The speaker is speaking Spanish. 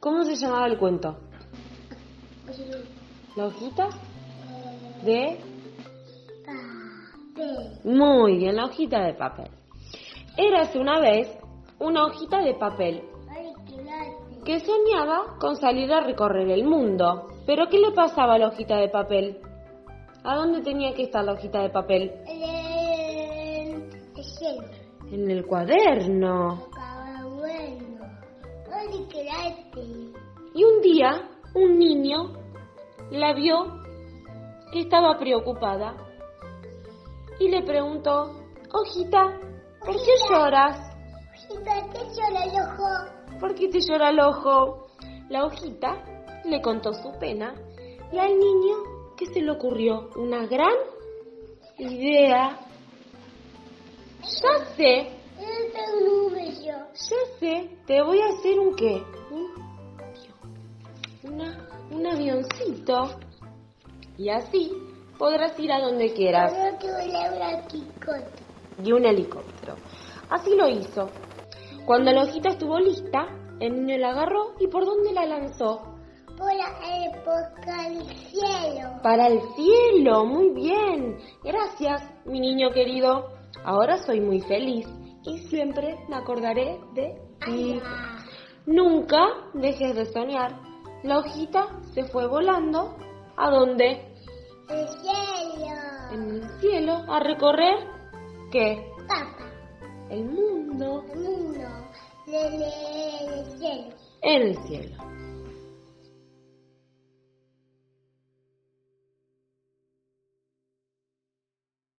¿Cómo se llamaba el cuento? La hojita de... Muy bien, la hojita de papel. Érase una vez una hojita de papel que soñaba con salir a recorrer el mundo. Pero ¿qué le pasaba a la hojita de papel? ¿A dónde tenía que estar la hojita de papel? En el cuaderno. Y un día un niño la vio que estaba preocupada y le preguntó, hojita, ¿por qué Hojita. lloras? ¿Por qué llora el ojo? ¿Por qué te llora el ojo? La hojita le contó su pena y al niño que se le ocurrió una gran idea. Ya sé, Yo tengo un número. ya sé, te voy a hacer un qué. Un, avión. Una- un avioncito. Y así podrás ir a donde quieras. Yo quiero leer aquí con. y un helicóptero. Así lo hizo. Cuando la hojita estuvo lista, el niño la agarró y por dónde la lanzó. Por la época del cielo. Para el cielo, muy bien. Gracias, mi niño querido. Ahora soy muy feliz y siempre me acordaré de ti. Ah, Nunca dejes de soñar. La hojita se fue volando. ¿A dónde? El cielo. En el cielo, a recorrer. ¿Qué? Papá, El mundo. el mundo. Le, le, el cielo. En el cielo.